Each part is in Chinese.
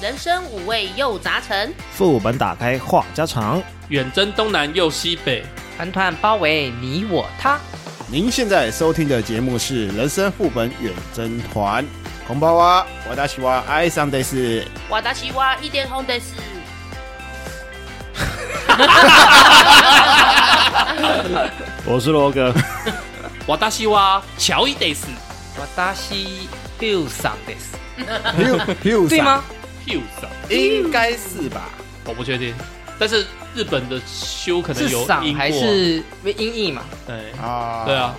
人生五味又杂陈，副本打开话家常，远征东南又西北，团团包围你我他。您现在收听的节目是《人生副本远征团》。红包啊！我达西哇，爱上 的是瓦达西哇一点红的是。我是罗哥。 瓦达西哇，乔伊得斯我达西 Bill 桑的， Hugh Hugh 对？吗？ ，Hughes，啊应该是吧。我不确定，但是日本的修可能是有赏音过啊还？是音译 嘛？对啊对啊，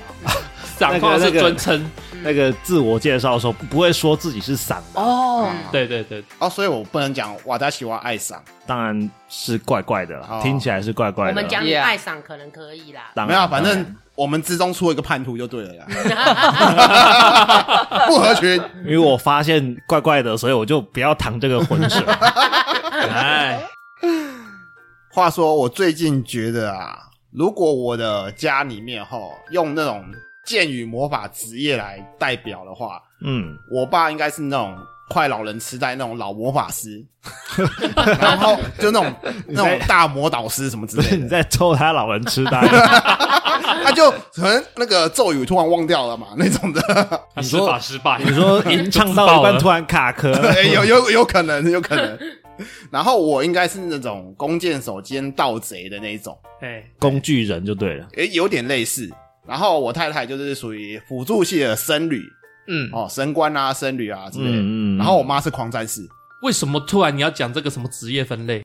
那个赏通常是那个尊称，那个自我介绍的时候不会说自己是散，哦，嗯对对对，哦，所以我不能讲瓦达西哇爱上，当然是怪怪的啦哦，听起来是怪怪我的。们讲 Yeah 爱赏可能可以啦。啊当然没有，啊反当正然我们之中出了一个叛徒就对 了啦， 不合群。因为我发现怪怪的，所以我就不要淌这个浑 水。哎，话说，我最近觉得啊，如果我的家里面哈用那种剑与魔法职业来代表的话，嗯，我爸应该是那种快老人痴呆那种老魔法 师，然后就那种那种大魔导师什么之不是类 你的，在抽他老人痴 呆，他就可能那个咒语突然忘掉了嘛 那种 的，他你啊施说法失败，你 说唱到一半突然卡壳了， 对，有有有可能有可能。然后我应该是那种弓箭手兼盗贼的那一种，哎，工具人就对了。诶，有点类似。然后我太太就是属于辅助系的僧侣嗯，哦，神官啊、僧侣啊之类的。嗯嗯嗯然后我妈是狂战士，为什么突然你要讲这个什么职业分类？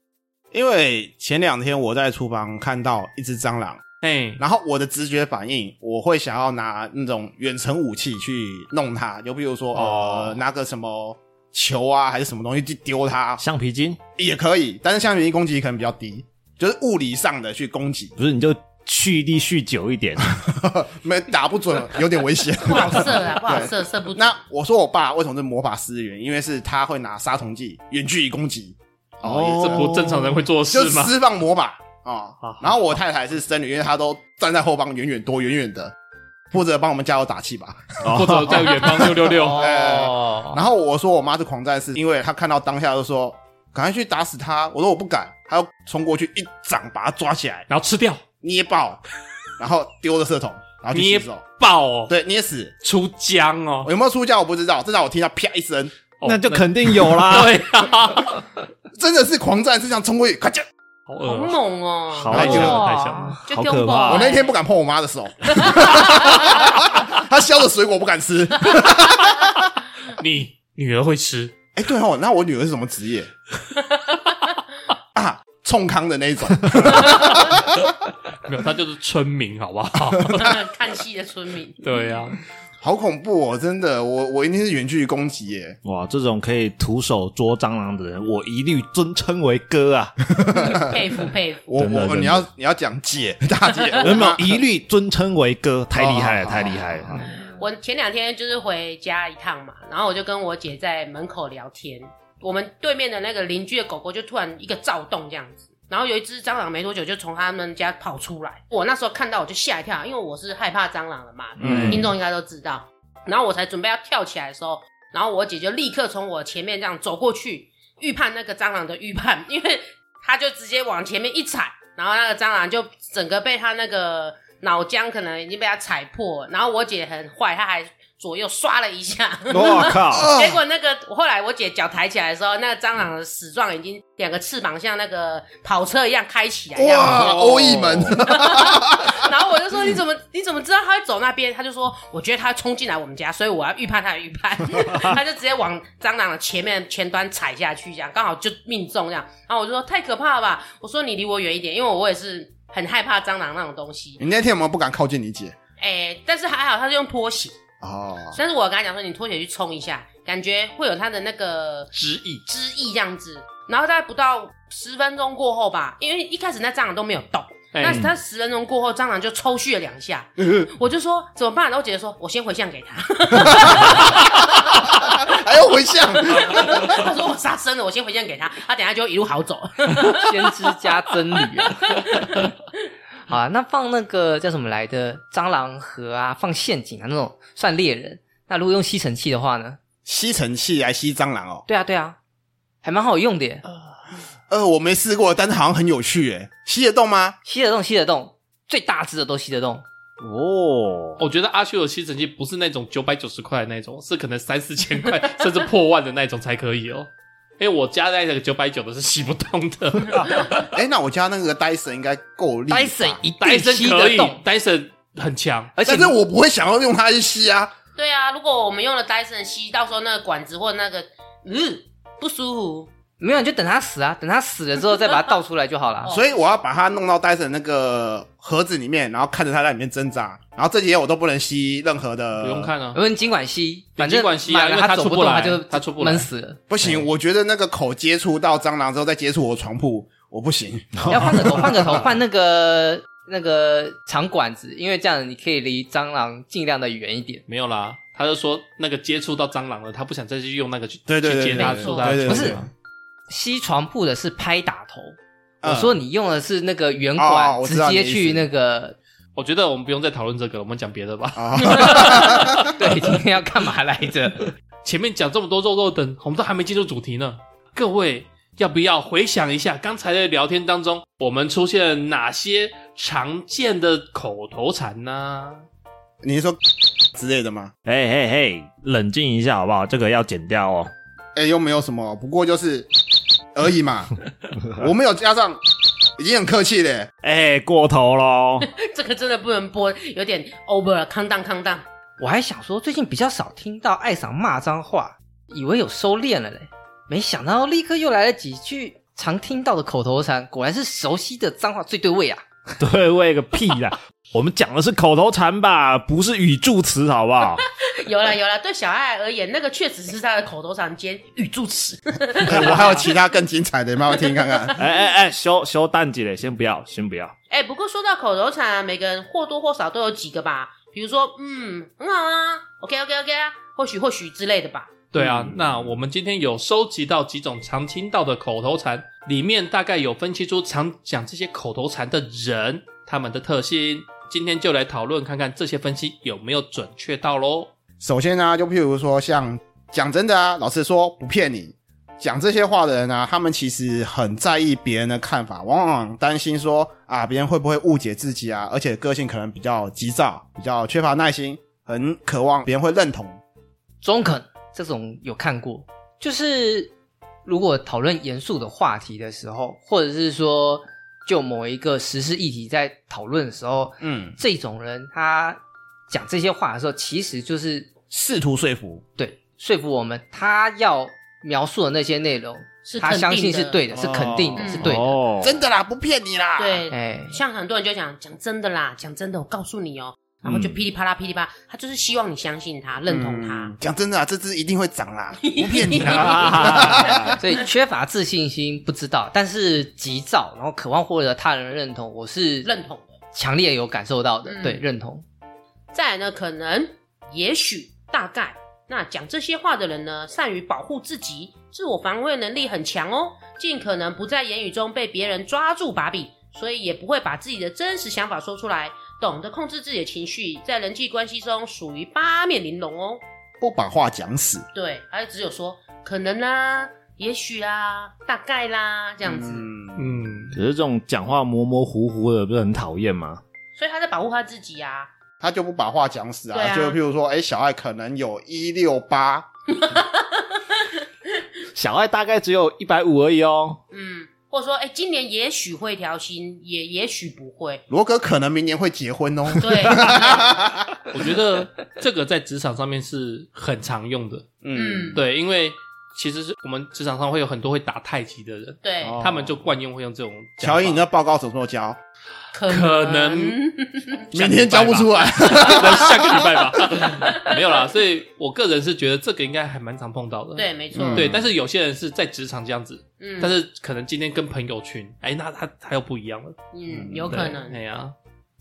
因为前两天我在厨房看到一只蟑螂，哎，然后我的直觉反应，我会想要拿那种远程武器去弄它，就比如说、哦呃，拿个什么球啊，还是什么东西去丢它橡皮筋也可以，但是橡皮筋攻击力可能比较低，就是物理上的去攻击， 不是你就蓄力蓄久一点，没打不准有点危险。不好射 啊，不好射，射不准。那我说我爸为什么是魔法师的原因，因为是他会拿杀虫剂远距离攻击，哦，这不正常人会做的就事是吗？释放魔法啊、好好然后我太太是僧侣，因为她都站在后方远远多远远的，负责帮我们加油打气吧。或者在远方六 六六，哦，然后我说我妈是狂战士，因为她看到当下就说赶快去打死她。我说我不敢，她要冲过去一掌把她抓起来，然后吃掉，捏爆，然后丢着射筒，然后去捏洗手，爆哦，对，捏死。出浆哦，有没有出家我不知道，至少我听到啪一声，哦 那就肯定有那啦。对啊，真的是狂战士这样冲过去，咔嚓！好好恶哦，猛哦、好啊太恶强了，哇太强了，就啊好可丢怕包。我那天不敢碰我妈的手，她削的水果不敢吃。你女儿会吃，哎、对哦，那我女儿是什么职业？啊，冲康的那一种，没有，她就是村民，好不好？ 看戏的村民，对呀，好恐怖哦！真的，我我一定是远距离攻击耶。哇，这种可以徒手捉蟑螂的人，我一律尊称为哥啊！佩服佩服。我真的我真的你要你要讲姐 大姐，有我没有妈一律尊称为哥？太厉害了，哦太厉害了！我前两天就是回家一趟嘛，然后我就跟我姐在门口聊天，我们对面的那个邻居的狗狗就突然一个躁动这样子，然后有一只蟑螂没多久就从他们家跑出来，我那时候看到我就吓一跳，因为我是害怕蟑螂的嘛，嗯听众应该都知道。然后我才准备要跳起来的时候，然后我姐就立刻从我前面这样走过去，预判那个蟑螂的预判，因为她就直接往前面一踩，然后那个蟑螂就整个被她那个脑浆可能已经被她踩破了，然后我姐很坏，她还左右刷了一下。我 靠，啊 结果那个，我后来我姐脚抬起来的时候，那个蟑螂的死状已经两个翅膀像那个跑车一样开起来，这样哇，欧一门， 然后我就说你怎么你怎么知道他会走那边？他就说我觉得他冲进来我们家，所以我要预判他的预判。他就直接往蟑螂的前面前端踩下去，这样刚好就命中这样。然后我就说太可怕了吧！我说你离我远一点，因为我也是很害怕蟑螂那种东西。你那天有没有不敢靠近你姐？哎、但是还好他是用拖鞋，哦，但是我跟他讲说你拖鞋去冲一下，感觉会有他的那个知意汁液这样子。然后大概不到十分钟过后吧，因为一开始那蟑螂都没有动。哎那他十分钟过后，蟑螂就抽搐了两下，我就说怎么办？然后我姐姐说，我先回向给他。还要回向， 她说我杀生了，我先回向给他，他等一下就一路好走。 先知加真理啊。 好啊，那放那个叫什么来的蟑螂盒啊，放陷阱啊那种算猎人。那如果用吸尘器的话呢？吸尘器来吸蟑螂哦。对啊，对啊，还蛮好用的耶，呃，我没试过，但是好像很有趣诶，吸得动吗？吸得动，吸得动，最大只的都吸得动。哦，我觉得阿修有吸尘器不是那种九百九十块的那种，是可能三四千块甚至破万的那种才可以哦。因为我家那个九百九的是吸不动的，啊哎、那我家那个 Dyson 应该够力吧。戴森一戴定森吸可得以，动，戴森很强。而且但是我不会想要用它去吸啊。对啊，如果我们用了 Dyson 吸，到时候那个管子或那个嗯不舒服，没有，你就等它死啊，等它死了之后再把它倒出来就好 了。所以我要把它弄到 Dyson 那个盒子里面，然后看着它在里面挣扎。然后这几天我都不能吸任何的，不用，看啊我，呃们尽管吸，反正尽管吸啊买了因为它走出不动，来它就它出不来闷死了。不行，我觉得那个口接触到蟑螂之后再接触我床铺，我不行。要换个 头，换个头，换那个那个长管子，因为这样你可以离蟑螂尽量的远一点。没有啦。他就说那个接触到蟑螂了，他不想再去用那个去对对对去接它对触对它对对的对球不是吸床铺的是拍打头，嗯我说你用的是那个圆哦管，我直知道你接的意思去那个。 我觉得我们不用再讨论这个了，我们讲别的吧。啊，对，今天要干嘛来着？前面讲这么多肉肉等，我们都还没进入主题呢。各位要不要回想一下刚才的聊天当中，我们出现了哪些常见的口头禅呢、你是说 之类的吗？嘿嘿嘿，冷静一下好不好？这个要剪掉哦。哎、又没有什么，不过就是而已 嘛。我没有加上， 已经很客气嘞。哎，过头 喽！这个真的不能播，有点 over 了，康当康当。我还想说，最近比较少听到艾赏骂脏话，以为有收敛了嘞，没想到立刻又来了几句常听到的口头禅，果然是熟悉的脏话最对味啊！对位个屁啦！我们讲的是口头禅吧，不是语助词，好不 好？有了有了，对小爱而言，那个确实是他的口头禅兼语助词。哎我还有其他更精彩的，慢慢听看看。哎哎哎，休休淡季嘞，先不要，先不要。哎、不过说到口头禅、啊，每个人或多或少都有几个吧，比如说嗯很好啊，OK OK OK 啊，或许或许之类的吧。对啊，那我们今天有收集到几种常听到的口头禅，里面大概有分析出常讲这些口头禅的人他们的特性。今天就来讨论看看这些分析有没有准确到喽。 首先呢、就譬如说像讲真的啊，老实说不骗你，讲这些话的人啊，他们其实很在意别人的看法，往往担心说啊，别人会不会误解自己啊，而且个性可能比较急躁，比较缺乏耐心，很渴望别人会认同。中肯这种有看过，就是如果讨论严肃的话题的时候，或者是说就某一个时事议题在讨论的时候，嗯，这种人他讲这些话的时候，其实就是试图说服。对说服我们，他要描述的那些内容，是他肯定相信是的对的，是肯定哦的，是对的。哦 真的啦，不骗你啦。，对，哎，像很多人就讲讲真的啦，讲真的，我告诉你哦、然后就嗯噼里啪啦噼里啪啦，他就是希望你相信他，认同他。嗯。讲真的啊，这只一定会 涨啦，不骗你啦。啊所以缺乏自信心不知道，但是急躁，然后渴望获得他人认同，我是认同的。强烈有感受到的，嗯对认同。再来呢，可能、也许、大概，那讲这些话的人呢，善于保护自己，自我防卫能力很强哦，尽可能不在言语中被别人抓住把柄，所以也不会把自己的真实想法说出来，懂得控制自己的情绪，在人际关系中属于八面玲珑哦。不把话讲死，对，而只有说可能啦、也许啦、大概啦这这样子，嗯，嗯，可是这种讲话模模糊糊的，不是很讨厌吗？所以他在保护他自己啊。他就不把话讲死对啊。啊就譬如说，哎，小爱可能有一六八，小爱大概只有一百五而已哦。嗯，或者说，哎、今年也许会调薪，也也许不会。罗哥可能明年会结婚哦。对，我觉得这个在职场上面是很常用的。 嗯，对，因为其实是我们职场上会有很多会打太极的人，对，哦他们就惯用会用这种讲法。乔伊，你那报告什么时候交？可能可能明天交不出来。 下个礼拜吧，没有啦。所以我个人是觉得这个应该还蛮常碰到的。对，没错，嗯对，但是有些人是在职场这样子，嗯，但是可能今天跟朋友群，哎，那他他又不一样了。嗯，有对可能哎呀，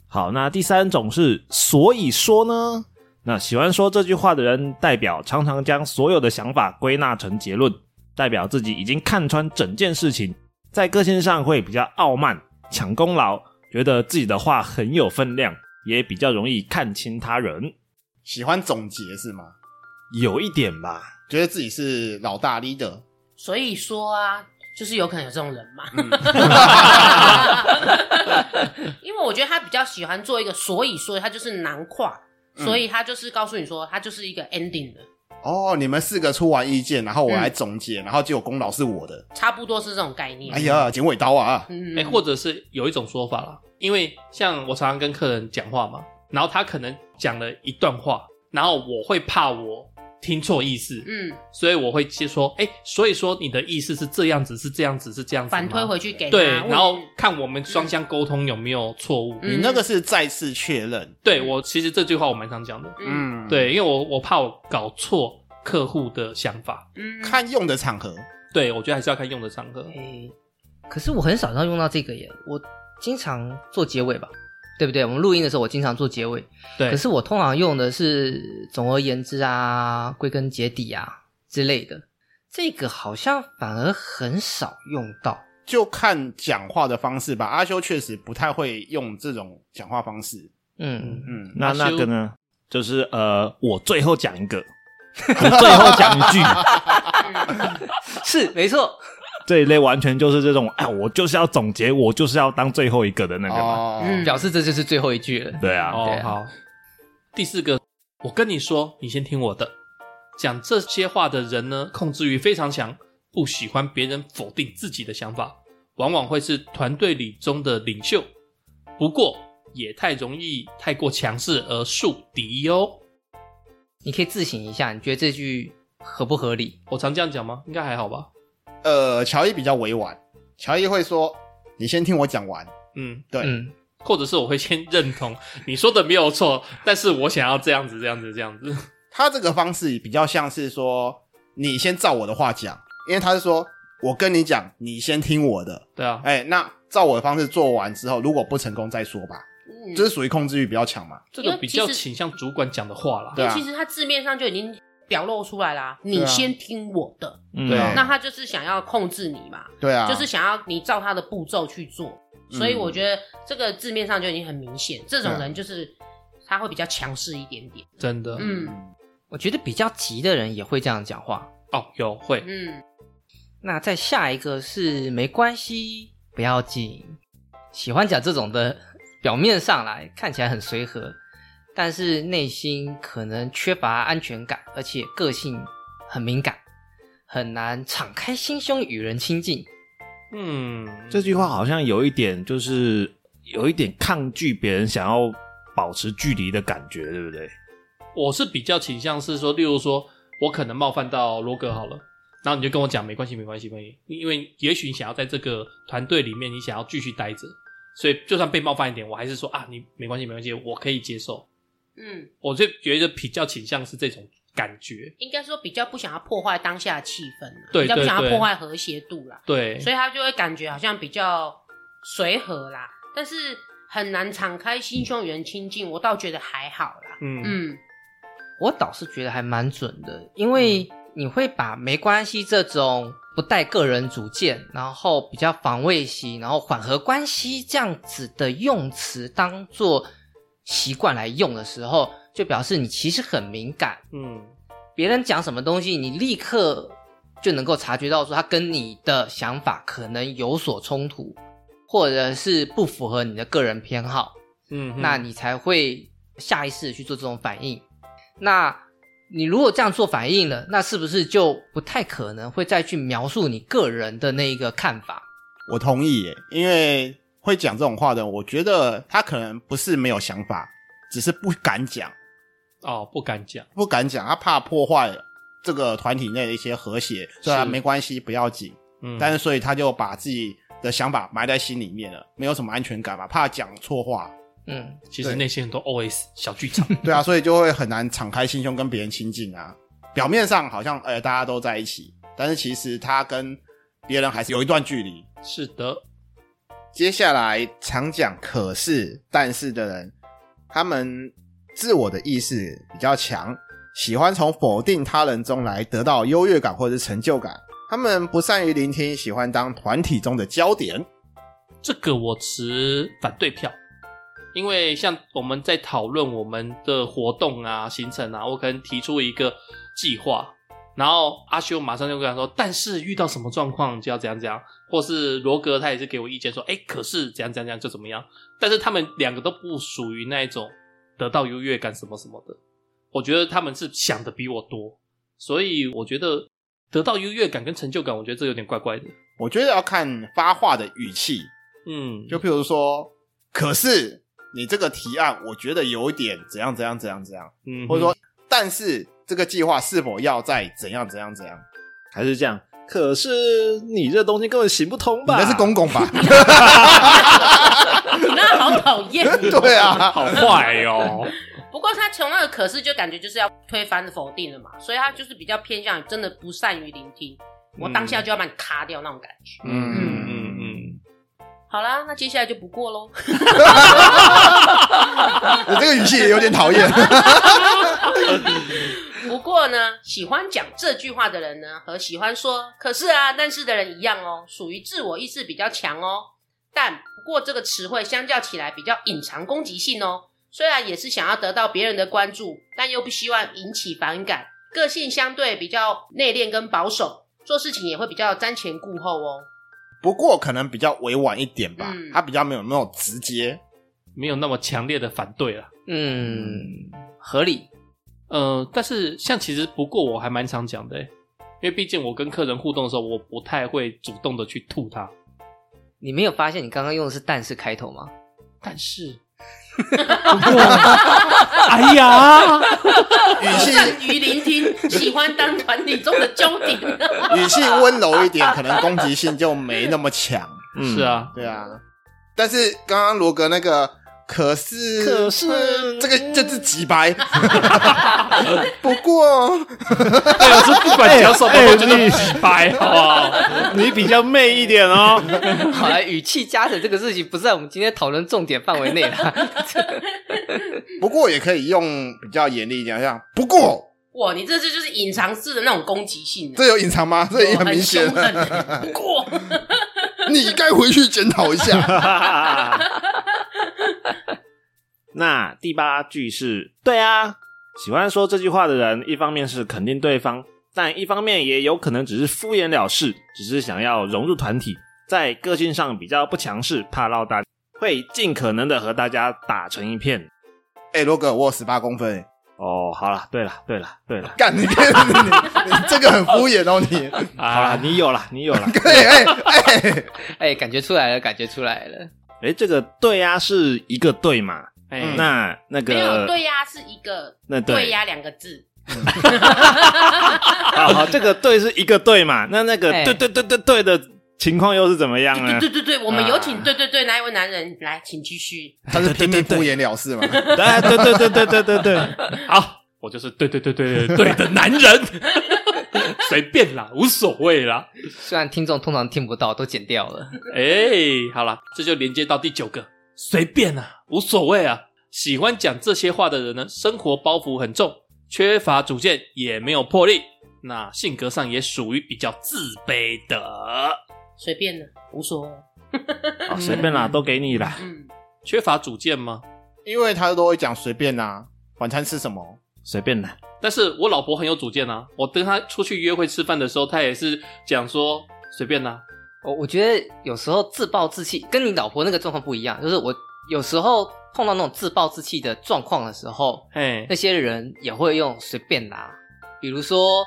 好，那第三种是，所以说呢，那喜欢说这句话的人，代表常常将所有的想法归纳成结论，代表自己已经看穿整件事情，在个性上会比较傲慢、抢功劳，觉得自己的话很有分量，也比较容易看清他人， 喜欢总结是吗？有一点吧。觉得自己是老大 leader，所以说啊，就是有可能有这种人嘛。因为我觉得他比较喜欢做一个，所以说他就是囊括，所以他就是告诉你说，他就是一个 ending 的，哦，你们四个出完意见，然后我来总结，嗯然后结果功劳是我的。差不多是这种概念。哎，呀，剪尾刀啊！嗯哎、或者是有一种说法啦，因为像我常常跟客人讲话嘛，然后他可能讲了一段话，然后我会怕我听错意思，嗯，所以我会先说，哎、所以说你的意思是这样子，是这样子，是这样子吗，反推回去给他对，问然后看我们双向沟通有没有错误。嗯你那个是再次确认，对我其实这句话我蛮常讲的，嗯嗯，，对，因为我我怕我搞错客户的想法，嗯，看用的场合，对我觉得还是要看用的场合。诶，可是我很少要用到这个耶，我经常做结尾吧，对不对？我们录音的时候我经常做结尾，对，可是我通常用的是总而言之啊、归根结底啊之类的，这个好像反而很少用到。就看讲话的方式吧。阿修确实不太会用这种讲话方式，嗯，嗯，那阿那修个呢，就是呃，我最后讲 一个，我最后讲一句，是没错，这一类完全就是这种，哎，我就是要总结，我就是要当最后一个的那个嘛。哦，嗯表示这就是最后一句了。对啊，哦，对啊好。第四个，我跟你说，你先听我的。讲这些话的人呢，控制欲非常强，不喜欢别人否定自己的想法，往往会是团队里中的领袖。不过，也太容易太过强势而树敌哦。你可以自省一下，你觉得这句合不合理？我常这样讲吗？应该还好吧。呃，乔伊比较委婉，乔伊会说：“你先听我讲完。嗯，”对，嗯，或者是我会先认 同你说的没有错，但是我想要这样子，这样子，这样子。他这个方式比较像是说：“你先照我的话讲。”因为他是说：“我跟你讲，你先听我的。对啊”，哎，那照我的方式做完之后，如果不成功再说吧。嗯这是属于控制欲比较强嘛？这个比较倾向主管讲的话啦。对啊因为其实他字面上就已经表露出来啦，你啊先听我的，嗯对啊那他就是想要控制你嘛，对啊，就是想要你照他的步骤去做，嗯所以我觉得这个字面上就已经很明显，这种人就是他会比较强势一点点。真的，嗯我觉得比较急的人也会这样讲话。哦，有会，嗯，那再下一个是没关系，不要紧。喜欢讲这种的，表面上来看起来很随和，但是内心可能缺乏安全感，而且个性很敏感，很难敞开心胸与人亲近。嗯，这句话好像有一点，就是有一点抗拒别人想要保持距离的感觉，对不对？我是比较倾向是说，例如说我可能冒犯到罗哥好了，然后你就跟我讲没关系，没关系，没关系，因为也许你想要在这个团队里面，你想要继续待着，所以就算被冒犯一点，我还是说啊，你没关系，没关系，我可以接受。嗯，我就觉得比较倾向是这种感觉，应该说比较不想要破坏当下的气氛啦，对比较不对想要对破坏和谐度啦，对，所以他就会感觉好像比较随和啦，但是很难敞开心胸与人亲近，我倒觉得还好啦。嗯嗯我倒是觉得还蛮准的，因为你会把没关系这种不带个人主见，然后比较防卫型，然后缓和关系这样子的用词当做习惯来用的时候，就表示你其实很敏感，嗯，别人讲什么东西，你立刻就能够察觉到说他跟你的想法可能有所冲突，或者是不符合你的个人偏好。嗯哼，那你才会下意识地去做这种反应。那你如果这样做反应了，那是不是就不太可能会再去描述你个人的那一个看法？我同意耶，因为会讲这种话的人，我觉得他可能不是没有想法，只是不敢讲，哦不敢讲，不敢讲，他怕破坏这个团体内的一些和谐。虽然是没关系，不要紧，嗯，但是所以他就把自己的想法埋在心里面了，没有什么安全感吧，怕讲错话。嗯，其实对内心很多 OS 小剧场，对啊，所以就会很难敞开心胸跟别人亲近啊。表面上好像呃大家都在一起，但是其实他跟别人还是有一段距离。是的，接下来常讲可是但是的人，他们自我的意识比较强，喜欢从否定他人中来得到优越感或者是成就感。他们不善于聆听，喜欢当团体中的焦点。这个我持反对票，因为像我们在讨论我们的活动啊、行程啊，我可能提出一个计划，然后阿修马上就跟他说，但是遇到什么状况就要怎样怎样，或是罗格他也是给我意见说，哎，可是怎样怎样怎样就怎么样，但是他们两个都不属于那一种得到优越感什么什么的，我觉得他们是想的比我多，所以我觉得得到优越感跟成就感，我觉得这有点怪怪的，我觉得要看发话的语气，嗯，就譬如说，可是你这个提案，我觉得有一点怎样怎样怎样怎样，嗯哼或者说，但是这个计划是否要再怎样怎样怎样？还是这样。可是你这东西根本行不通你吧？那是公公吧？ 那好讨 厌。对啊，好坏哦，不过他从那个可是就感觉就是要推翻否定了嘛，所以他就是比较偏向于真的不善于聆听， 我当下就要把你卡掉那种感觉。嗯嗯嗯，好啦，那接下来就不过喽。你这个语气也有点讨厌。 不过呢，喜欢讲这句话的人呢，和喜欢说“可是啊，但是”的人一样哦，属于自我意识比较强哦。但不过这个词汇相较起来比较隐藏攻击性哦，虽然也是想要得到别人的关注，但又不希望引起反感，个性相对比较内敛跟保守，做事情也会比较瞻前顾后哦。 不过可能比较委婉一点吧嗯，他比较没有那种直接。没有那么强烈的反对了。嗯，合理。呃，但是像其实不过我还蛮常讲的欸，因为毕竟我跟客人互动的时候，我不太会主动的去吐他。你没有发现你刚刚用的是“但是”开头吗？但是 哎呀，语气善于聆听，喜欢当团体中的焦点。 语气温柔一点，可能攻击性就没那么强。嗯是，啊，对啊，但是刚刚罗格那个，可是可是这个就是几白。 不过对，我是不管讲什么哎都觉得哎洗白， 好不好？你比较媚一点哦。好了，语气加成这个事情不在我们今天讨论重点范围内啦。 不过也可以用比较严厉一点，像不过哇，你这次就是隐藏式的那种攻击性啊，这有隐藏吗？这也很明显凶。 狠。不过。你该回去检讨一下。 那第八句是对啊，喜欢说这句话的人，一方面是肯定对方，但一方面也有可能只是敷衍了事，只是想要融入团体，在个性上比较不强势，怕落单，会尽可能的和大家打成一片。 哎、罗格，我有十八公分、欸，哦，好了，对了，对了，对了，干你你你你这个很敷衍哦，你。好了，啊，你有了，你有了。哎哎哎，哎、感觉出来了，感觉出来了。哎，这个对啊，是一个对嘛？哎，那那个没有对呀、是一个那对对呀、两个字。好好，这个对是一个对 嘛？那那个哎对对对对对的情况又是怎么样呢对？对对对，我们有请啊对对对那一位男人来，请继续。他是拼命敷衍了事嘛？对对对对对对对对，嗯好，我就是对对对对对对的男人， 随便啦，无所谓啦。虽然听众通常听不到，都剪掉了。哎、好啦，这就连接到第九个，随便啊，无所谓啊。喜欢讲这些话的人呢，生活包袱很重，缺乏主见，也没有魄力，那性格上也属于比较自卑的，随便的，无所谓。哦随便啦，都给你啦。嗯，缺乏主见吗？ 因为他都会讲随便啦、啊晚餐吃什么？随便啦，但是我老婆很有主见啊，我跟她出去约会吃饭的时候，她也是讲说随便啦、我我觉得有时候自暴自弃跟你老婆那个状况不一样，就是我有时候碰到那种自暴自弃的状况的时候，嘿那，些人也会用随便拿，比如说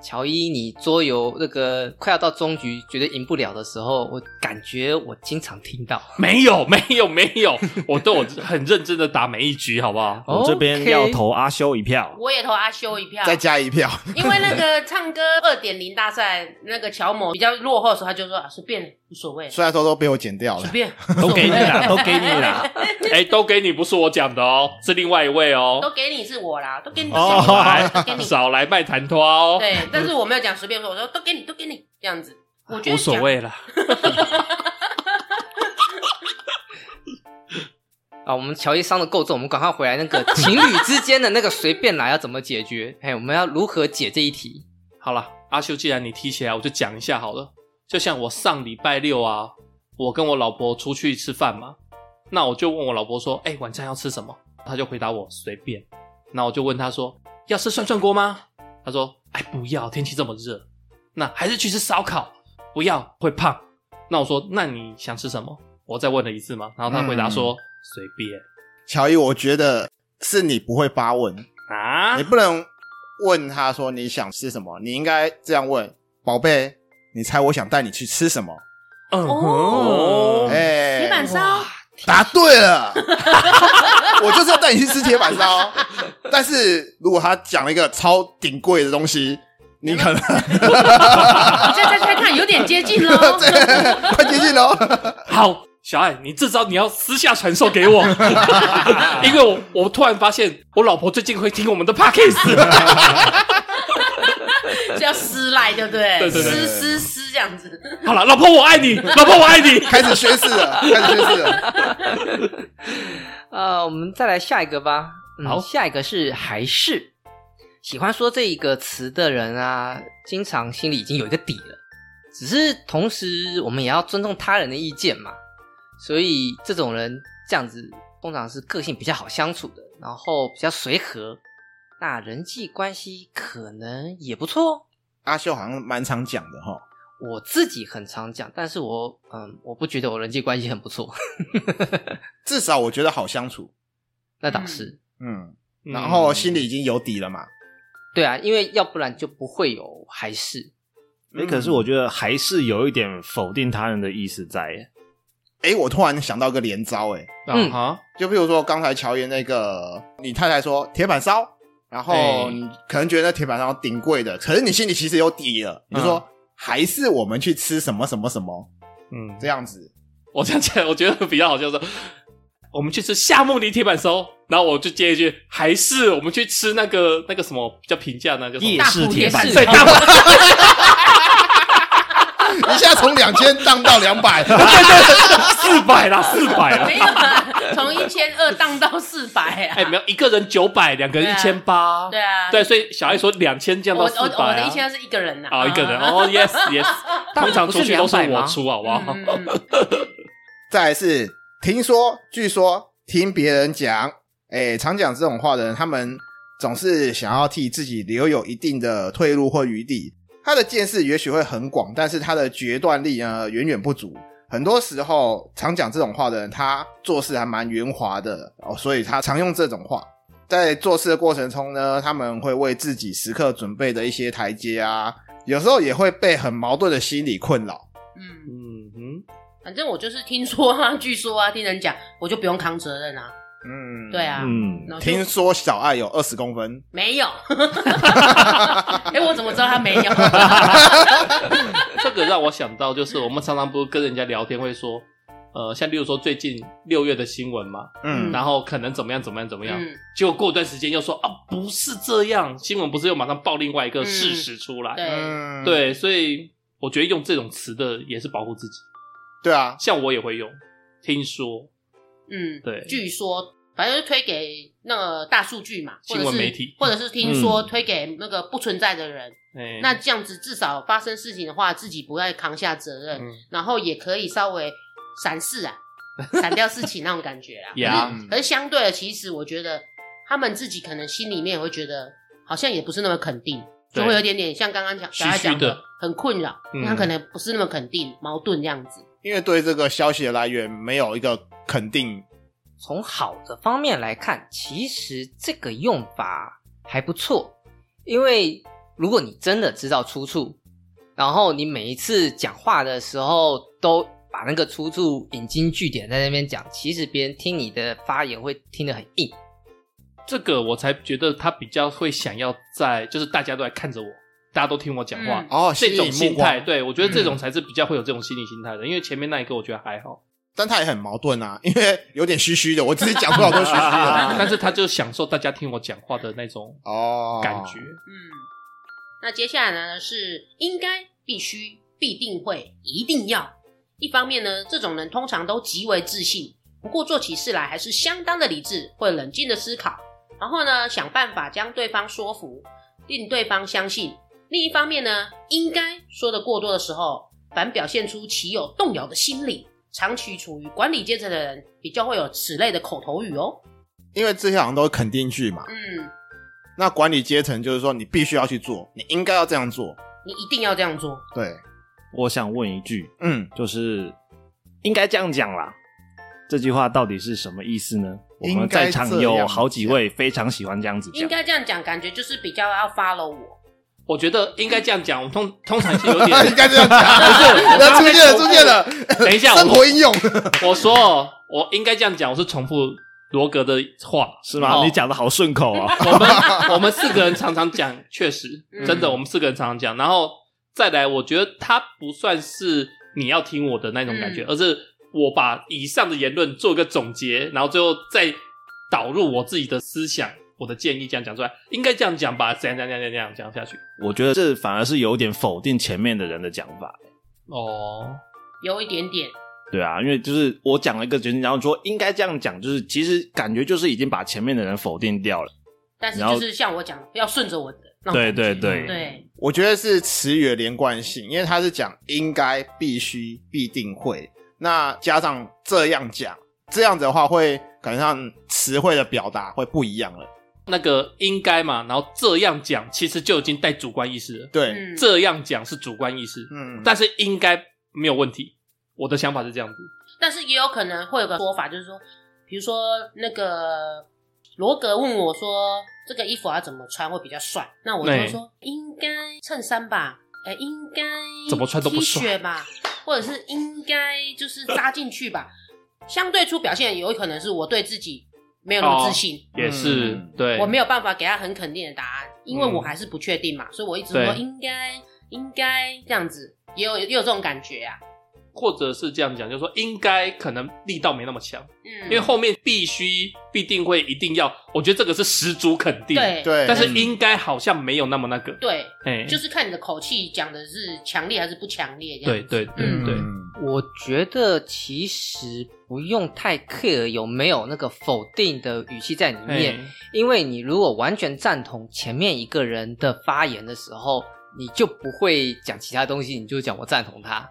乔伊，你桌游那个快要到终局，觉得赢不了的时候，我感觉我经常听到。没有， 没有，没有，我都有很认真的打每一局，好不好？我这边 OK 要投阿修一票。嗯我也投阿修一票，再加一票。因为那个唱歌二点零大赛，那个乔某比较落后的时候，他就说啊，随便，无所谓，随虽然说都被我剪掉了，便，都给你啦， 都给你啦。哎、都给你，不是我讲的哦，是另外一位哦。都给你是我啦，都给你，哦都来给你， 少来卖谈拖哦，对，但是我没有讲随便说，我说都给你，都给你这样子。我觉得无所讲谓啦。啊，我们乔伊伤的够重，我们赶快回来那个情侣之间的那个随便拿要怎么解决？哎，我们要如何解这一题？好啦，阿修，既然你提起来，我就讲一下好了。就像我上礼拜六啊，我跟我老婆出去吃饭嘛，那我就问我老婆说：“哎、晚餐要吃什么？”她就回答我：“随便。”那我就问她说：“要吃涮涮锅吗？”她说：“哎，不要，天气这么热，那还是去吃烧烤，不要会胖。那我说，那你想吃什么？我再问了一次嘛，然后他回答说、随便乔伊，我觉得是你不会发问，啊你。不能问他说你想吃什么，你应该这样问：宝贝，你猜我想带你去吃什么？嗯哼哦哎、铁板烧，答对了， 我就是要带你去吃铁板烧。但是如果他讲了一个超顶贵的东西，你可能。你再猜猜看，有点接近喽 对快接近喽。好，小爱，你这招你要私下传授给 我， 因为我我突然发现我老婆最近会听我们的 podcast， 是要撕来，对不对？对对对撕撕撕这样子。好了，老婆我爱你，老婆我爱 你。开始宣誓了，开始宣誓了。呃，我们再来下一个吧。嗯、好下一个是还是喜欢说这一个词的人啊，经常心里已经有一个底了。只是同时，我们也要尊重他人的意见嘛。所以这种人这样子，通常是个性比较好相处的，然后比较随和，那人际关系可能也不错哦。 阿秀好像蛮常讲的哈，我自己很常讲，但是我嗯，我不觉得我人际关系很不错， 至少我觉得好相处。那倒是。嗯，然后心里已经有底了嘛。对啊，因为要不然就不会有还是。哎、可是我觉得还是有一点否定他人的意思在耶。哎、我突然想到一个连招、诶嗯哈，就比如说刚才乔爷那个，你太太说铁板烧，然后哎你可能觉得那铁板烧顶贵的，可是你心里其实有底了，你就说、还是我们去吃什么什么什么嗯，这样子。 我想起来，我觉得比较好笑是，我们去吃夏目里铁板烧，然后我就接一句，还是我们去吃那个那个什么比较平价那个夜市铁板夜市对，大碗一下从两千荡到两百， 四百啦，四百啦。没有啦，从一千二荡到四百哎，啊！没有一个人九百，两个人一千八，对啊，对，所以小爱说两千降我到我四我百的一啊。千二是一个人呐，嗯好，一个人哦，yes yes，通常出去都是我出，好不好？嗯嗯嗯再来是听说、据说、听别人讲，哎、常讲这种话的人，他们总是想要替自己留有一定的退路或余地。他的见识也许会很广，但是他的决断力呢，远远不足。很多时候，常讲这种话的人，他做事还蛮圆滑的哦，所以他常用这种话。在做事的过程中呢，他们会为自己时刻准备的一些台阶啊，有时候也会被很矛盾的心理困扰。嗯，嗯哼，反正我就是听说啊，据说啊，听人讲，我就不用扛责任啊。嗯，对啊，嗯，然后就听说小爱有二十公分，没 有？哎，我怎么知道他没有？这个让我想到，就是我们常常不是跟人家聊天会说，呃，像例如说最近六月的新闻嘛，嗯，然后可能怎么样怎么样怎么样，嗯结果过一段时间又说啊，不是这样，新闻不是又马上爆另外一个事实出来？嗯对，嗯，对，所以我觉得用这种词的也是保护自己。对啊，像我也会用，听说嗯，对据说反正就推给那个大数据嘛，或新者闻是媒体或者是听说嗯推给那个不存在的人。哎，那这样子至少发生事情的话，自己不会扛下责任，嗯然后也可以稍微闪事 啊，闪掉事情那种感觉啊。呀可是相对的，其实我觉得他们自己可能心里面也会觉得，好像也不是那么肯定，对就会有点点像刚刚讲虚小爱讲虚的很困扰，嗯因为他可能不是那么肯定，矛盾这样子。因为对这个消息的来源没有一个肯定，从好的方面来看，其实这个用法还不错，因为如果你真的知道出处，然后你每一次讲话的时候都把那个出处引经据典在那边讲，其实别人听你的发言会听得很硬。这个我才觉得他比较会想要在，就是大家都来看着我，大家都听我讲话。嗯哦，这种吸引心目光态，，对我觉得这种嗯才是比较会有这种心理心态的，因为前面那一个我觉得还好，但他也很矛盾啊， 因为有点虚虚的，我只是讲出好多虚 虚的但是他就享受大家听我讲话的那种哦，感觉，嗯，那接下来呢是应该、必须、必定会、一定要。一方面呢，这种人通常都极为自信，不过做起事来还是相当的理智，会冷静的思考，然后呢想办法将对方说服，令对方相信。另一方面呢，应该说的过多的时候，反表现出其有动摇的心理。长期处于管理阶层的人，比较会有此类的口头语哦。因为这些好像都是肯定句嘛，嗯，那管理阶层就是说，你必须要去做，你应该要这样做。你一定要这样做。对，我想问一句，嗯，就是应该这样讲啦。这句话到底是什么意思呢？我应们该在场这有样好几位非常喜欢这样子应讲，该这样讲，感觉就是比较要 follow 我。我觉得应该这样讲，我们通通常是有点那 应该这样讲。 那出现了，出现了，等一下，生活我应用。我说哦我应该这样讲，我是重复罗格的话，是吗？哦你讲的好顺口啊！我们我们四个人常常讲，确实嗯真的，我们四个人常常讲。然后再来，我觉得他不算是你要听我的那种感觉，嗯而是我把以上的言论做一个总结，然后最后再导入我自己的思想、我的建议，这样讲出来，应该这样讲吧？怎样怎样怎样怎样讲下去？我觉得这反而是有点否定前面的人的讲法，哦，有一点点，对啊，因为就是我讲了一个决定，然后说应该这样讲，就是其实感觉就是已经把前面的人否定掉了。但是然后就是像我讲，的，不要顺着我的那种对感觉。对对，对，我觉得是词语的连贯性，因为他是讲应该、必须、必定会，那加上这样讲，这样子的话会感觉上词汇的表达会不一样了。那个应该嘛，然后这样讲，其实就已经带主观意识了。对，嗯，这样讲是主观意识，嗯，但是应该没有问题。我的想法是这样子。但是也有可能会有个说法，就是说，比如说那个罗格问我说，这个衣服要怎么穿会比较帅？那我就会说，应该衬衫吧，哎、应该怎么穿都不 T 帅恤吧，或者是应该就是扎进去吧。相对出表现有可能是我对自己没有那哦么自信，也是、嗯对，我没有办法给他很肯定的答案，因为嗯我还是不确定嘛，所以我一直说对应该应该这样子，也有也有这种感觉啊。或者是这样讲，就是说应该可能力道没那么强，嗯，因为后面必须必定会一定要，我觉得这个是十足肯定。，对对，但是嗯应该好像没有那么那个，对，哎，就是是看你的口气讲的是强烈还是不强烈这对样。对对嗯对，我觉得其实不用太 care 有没有那个否定的语气在里面，嗯哎因为你如果完全赞同前面一个人的发言的时候，你就不会讲其他东西，你就讲我赞同他。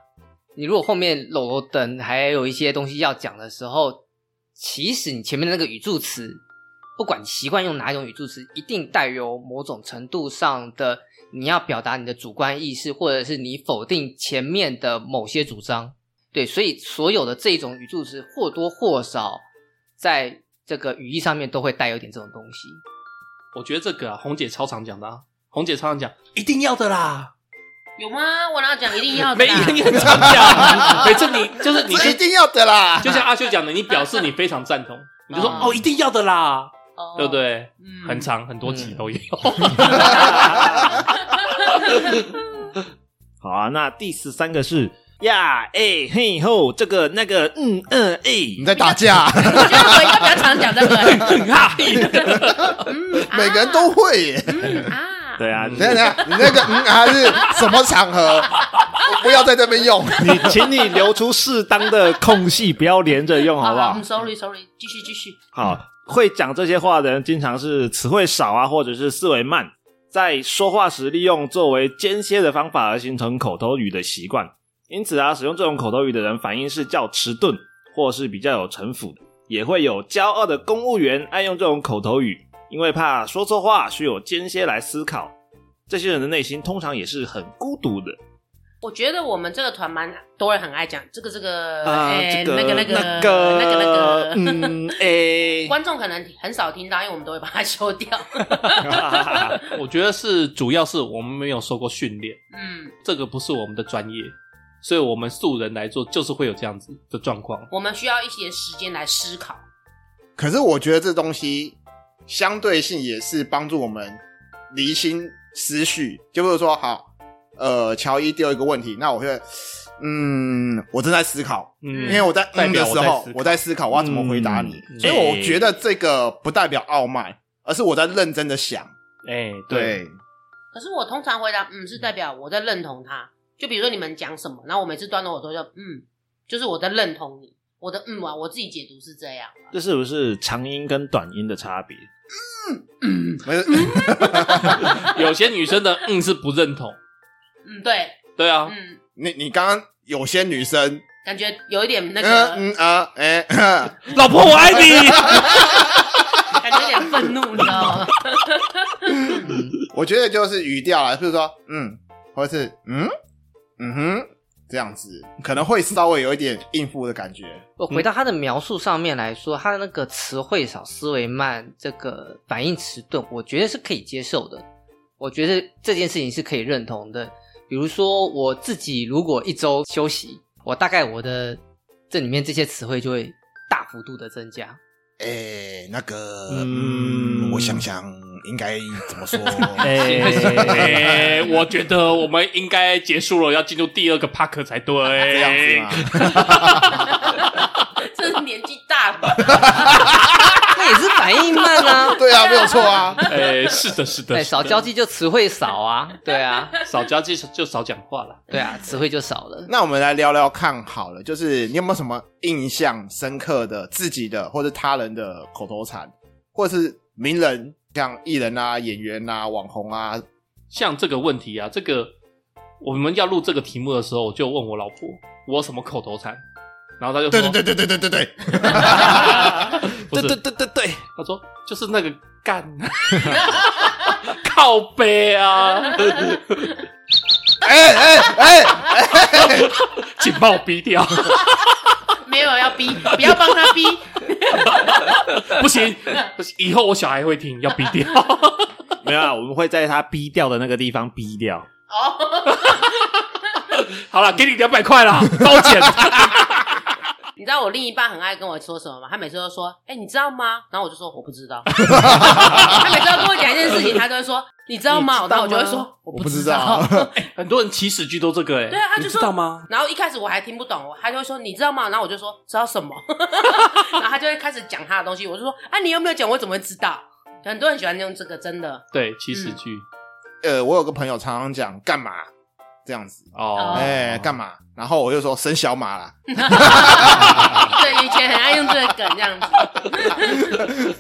你如果后面漏漏等还有一些东西要讲的时候，其实你前面的那个语助词，不管你习惯用哪一种语助词，一定带有某种程度上的你要表达你的主观意识，或者是你否定前面的某些主张。对，所以所有的这种语助词或多或少在这个语义上面都会带有点这种东西。我觉得这个啊，红姐超常讲的啊，红姐超常讲一定要的啦，有吗？我哪有讲一定要的啊每啦一个你很常 讲，每次你就是你这就一定要的啦。就像阿修讲的，你表示你非常赞同，你就说啊哦一定要的啦，哦对不？对？嗯很。长很多集嗯都有。 好啊，那第十三个是呀，哎、嘿吼，这个那个，嗯嗯，哎、你在打架，我觉得我应该比较常讲这 个。 嗯，每个人都啊会耶。嗯啊，对啊，嗯等一下等一下，你那个嗯啊是什么场 合？我不要在这边用。 你请你留出适当的空隙，不要连着用，好不好嗯？？Sorry，Sorry，继续继续。好，会讲这些话的人，经常是词汇少啊，或者是思维慢，在说话时利用作为间歇的方法而形成口头语的习惯。因此啊，使用这种口头语的人，反应是较迟钝，或是比较有城府的，也会有骄傲的公务员爱用这种口头语，因为怕说错话，需有间歇来思考。这些人的内心通常也是很孤独的我觉得我们这个团蛮多人很爱讲这个这个，啊、哎，这个那个那那个个那个那个。嗯，哎、 观众可能很少听到，因为我们都会把它修掉。 我觉得是主要是我们没有受过训练，嗯，这个不是我们的专业，所以我们素人来做就是会有这样子的状况。 我们需要一些时间来思考。可是我觉得这东西相对性也是帮助我们厘清思绪，就比如说，好，呃，乔伊丢一个问题，那我会，嗯，我正在思考，因为嗯，我在代嗯表的我时在候思，考我在思考我要怎么回答你，嗯所以我觉得这个不代表傲慢，而是我在认真的想，哎，对，对，可是我通常回答嗯，是代表我在认同他。就比如说你们讲什么，然后我每次端着我都就嗯，就是我在认同你。我的嗯啊，我自己解读是这样。这是不是长音跟短音的差别？没有有些女生的嗯是不认同，嗯，对，对啊，嗯，你你刚刚有些女生，感觉有一点那嗯个，嗯啊，哎， 老婆，我爱你。感觉有点愤怒，你知道吗？ 嗯我觉得就是语调啦，就是说嗯，或者是嗯嗯哼这样子，可能会稍微有一点应付的感觉。我回到他的描述上面来说，他的那个词汇少、思维慢、这个反应迟钝，我觉得是可以接受的。我觉得这件事情是可以认同的。比如说我自己如果一周休息，我大概我的这里面这些词汇就会大幅度的增加。哎、那个，嗯嗯，我想想应该怎么说？嗯哎、我觉得我们应该结束了，要进入第二个 park 才对。啊这样子嘛，，这是年纪大 吧？ 那也是反应慢啊对啊，没有错啊。哎、是的，是的，对，是少的交，际就词汇少啊，对啊，少交际就少讲话了。对啊，词汇就少了。那我们来聊聊看好了，就是你有没有什么印象深刻的自己的或者他人的口头禅，或者是名人，像艺人啊、演员啊、网红啊，像这个问题啊，这个我们要录这个题目的时候，我就问我老婆，我有什么口头禅，然后她就说，对对对对对对对对， 不是，对对对，她说就是那个干， 靠背啊，哎哎哎，请把我逼掉， 没有要逼，不要帮他逼。不行，以后我小孩会听，要逼掉。 没有啊，我们会在他逼掉的那个地方逼掉。哦，好了，给你两百块啦，包剪。你知道我另一半很爱跟我说什么吗？他每次都说：“哎、你知道吗？”然后我就说：“我不知道。”他每次要跟我讲一件事情，他都会说：“你知道吗？”你知道吗然后我就会说：“我我不不知道。道， 啊很多人起始句都这个哎、欸，对啊他就你说知道吗？ 然后一开始我还听不懂，他就会说：“你知道吗？”然后我就说：“知道什么？” 然后他就会开始讲他的东西，我就说：“啊，你又没有讲，我怎么会知道？”很多人喜欢用这个，真的。对，起始句、呃，我有个朋友常常讲干嘛这样子，哦，哎、干嘛？然后我就说生小马啦，对，以前很爱用这个梗这样子。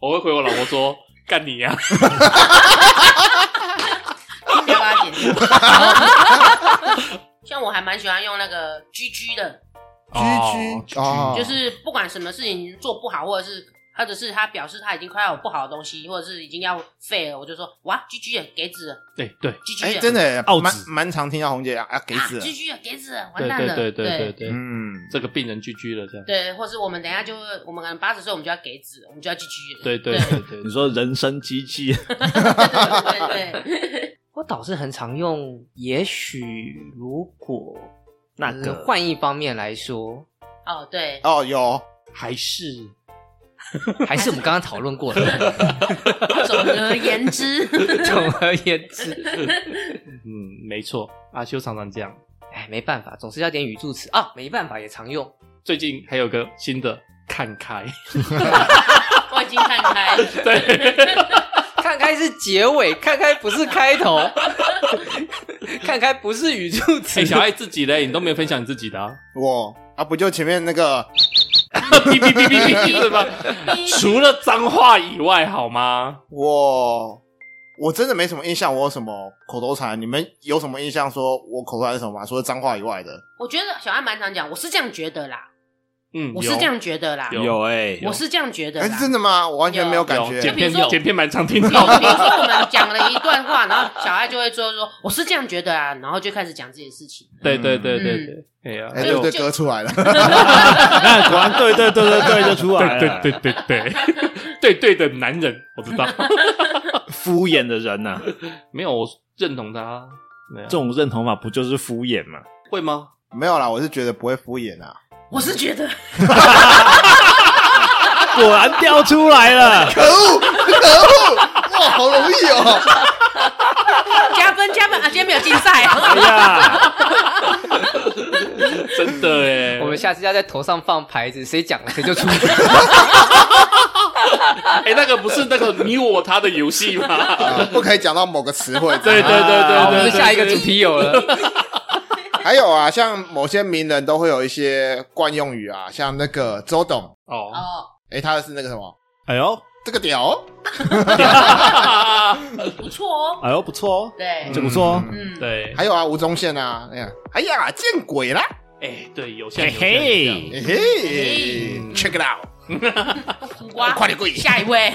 我会回我老婆说干你啊 呀、不要把它剪掉。 像我还蛮喜欢用那个 GG 的，哦居居哦，就是不管什么事情做不好，或者是或者是他表示他已经快要有不好的东西，或者是已经要废了，我就说哇 GG 了，给子了对对，GG 哎、了，真的耶奥蛮子蛮常听到红姐啊啊给啊子了， GG 了，给子了，完对蛋了，对对对对对。对，嗯，这个病人居居了这样。对，或是我们等一下就会，我们可能八十岁，我们就要给子，我们就要 GG 了。对对对对对你，说人生机器，对对对，我倒是很常用，也许如果那呃个换一方面来说，哦对，哦有， 还 是还是我们刚刚讨论过的。 总而言 之，总而言之，嗯，没错，阿修常常这样。哎，没办法，总是要点语助词啊，没办法也常用。最近还有个新的看开， 我已经看开了，看开是结尾，看开不是开头， 看开不是语助词。哎，小爱自己嘞，你都没有分享你自己的啊？我啊不就前面那个 哔哔哔哔哔，是吧？除了脏话以外，好吗？我我真的没什么印象，我有什么口头禅？你们有什么印象？说我口头禅是什么吗？除了脏话以外的，我觉得小安蛮常讲，我是这样觉得啦，嗯，我是有这样觉得啦，有哎，我是这样觉得哎、啦。真的吗？我完全没有感有剪比觉。如片说有剪片蛮 常听比如到比如的。说我们讲了一段话，然后小爱就会说说我是这样觉得啊，然后就开始讲自己的事情。对对对对对，哎呀，哎、就对对，就歌出来了。那果然对对对对对就出来对了，对对对对对 对的男人，我知 道，敷衍的人呐，没有我认同他啊，没有这种认同法不就是敷衍吗？会吗？没有啦，我是觉得不会敷衍啊。我是觉得，果然掉出来了，可恶，可恶！哇，好容易哦。 加分加分啊！今天没有竞赛啊，哎呀， 真的哎，我们下次要在头上放牌子，谁讲了谁就出。哎那个不是那个你我他的游戏 吗？啊不可以讲到某个词汇。对对对好，我对对，们下一个主题有了，还有啊，像某些名人都会有一些惯用语啊，像那个周董，哦。哦，哎、他是那个什么，哎呦这个屌，不错哦，哎呦不错哦，对这，不错哦，嗯嗯， 对，还有啊，吴宗宪啊，哎呀，哎呀，见鬼啦！哎，对，有像嘿有像有像嘿。嘿嘿，check it out，哇，快点跪下一 位，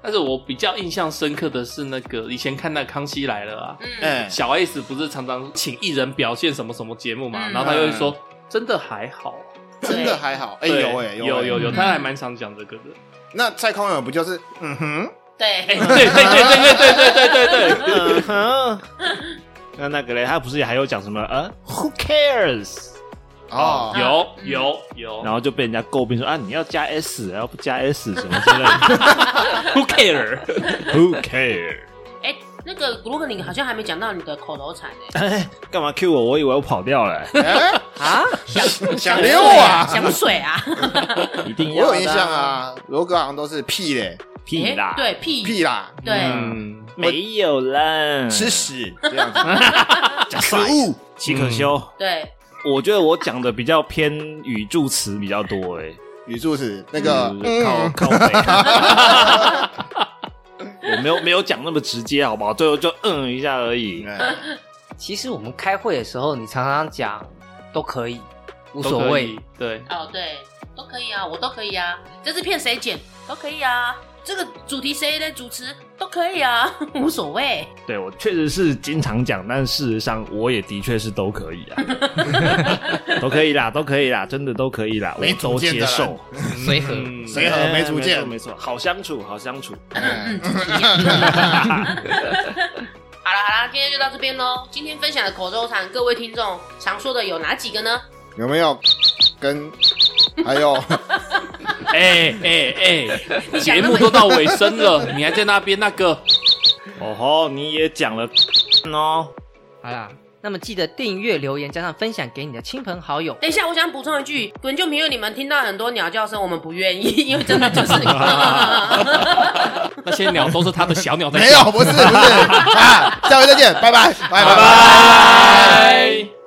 但是我比较印象深刻的是那个以前看那《康熙来了》啊，嗯，嗯，小 S 不是常常请艺人表现什么什么节目嘛，嗯然后他又会说真的还好，真的还好，哎对有哎有有有有，哎，他还蛮常讲这个的。那蔡康永不就是嗯哼，哎，对， 对对对对对对对对对，嗯哼，那那个嘞，他不是还有讲什么呃，Who cares？ 哦，有有有然后就被人家诟病说啊，你要加 s，然后不加 s 什么之 类的，Who care？ ，Who care？哎，那个如果你好像还没讲到你的口头禅哎，哎，干嘛 Q 我？我以为我跑掉 了、哎，啊，想连我啊，香水啊，一定我要的啊有印象，啊，罗哥好像都是屁嘞，屁嗯啦，哎对屁屁啦，对，啊嗯，没有啦，吃屎这样子，可恶，岂可休？对，我觉得我讲的比较偏语助词比较多、欸，哎，语助词那个就是靠嗯靠 背，我没有没有讲那么直接，好不好？最后就嗯一下而已。哎其实我们开会的时候，你常常讲都可以，无无所谓。，对，哦对，都可以啊，我都可以啊，这支片谁剪都可以啊，这个主题谁来主持都可以啊， 无所谓，对我确实是经常讲，但事实上我也的确是都可以啊， 都可以啦，都可以啦，真的都可以啦，我没主都见的接啦受。随和嗯谁和没主见哎没错，没错好相处，好相处。哎好了好了，今天就到这边喽。今天分享的口头禅，各位听众常说的有哪几个呢？有没有跟还有哎哎哎，讲节那么目都到尾声了，你还在那边那个？哦吼，你也讲了 哦，好啦，那么记得订阅、留言，加上分享给你的亲朋好友。等一下，我想补充一句，滚就评论你们听到很多鸟叫声，我们不愿意，因为真的就是。 那些鸟都是他的小鸟在没有？不是不是啊，下回再见，拜拜拜拜拜拜。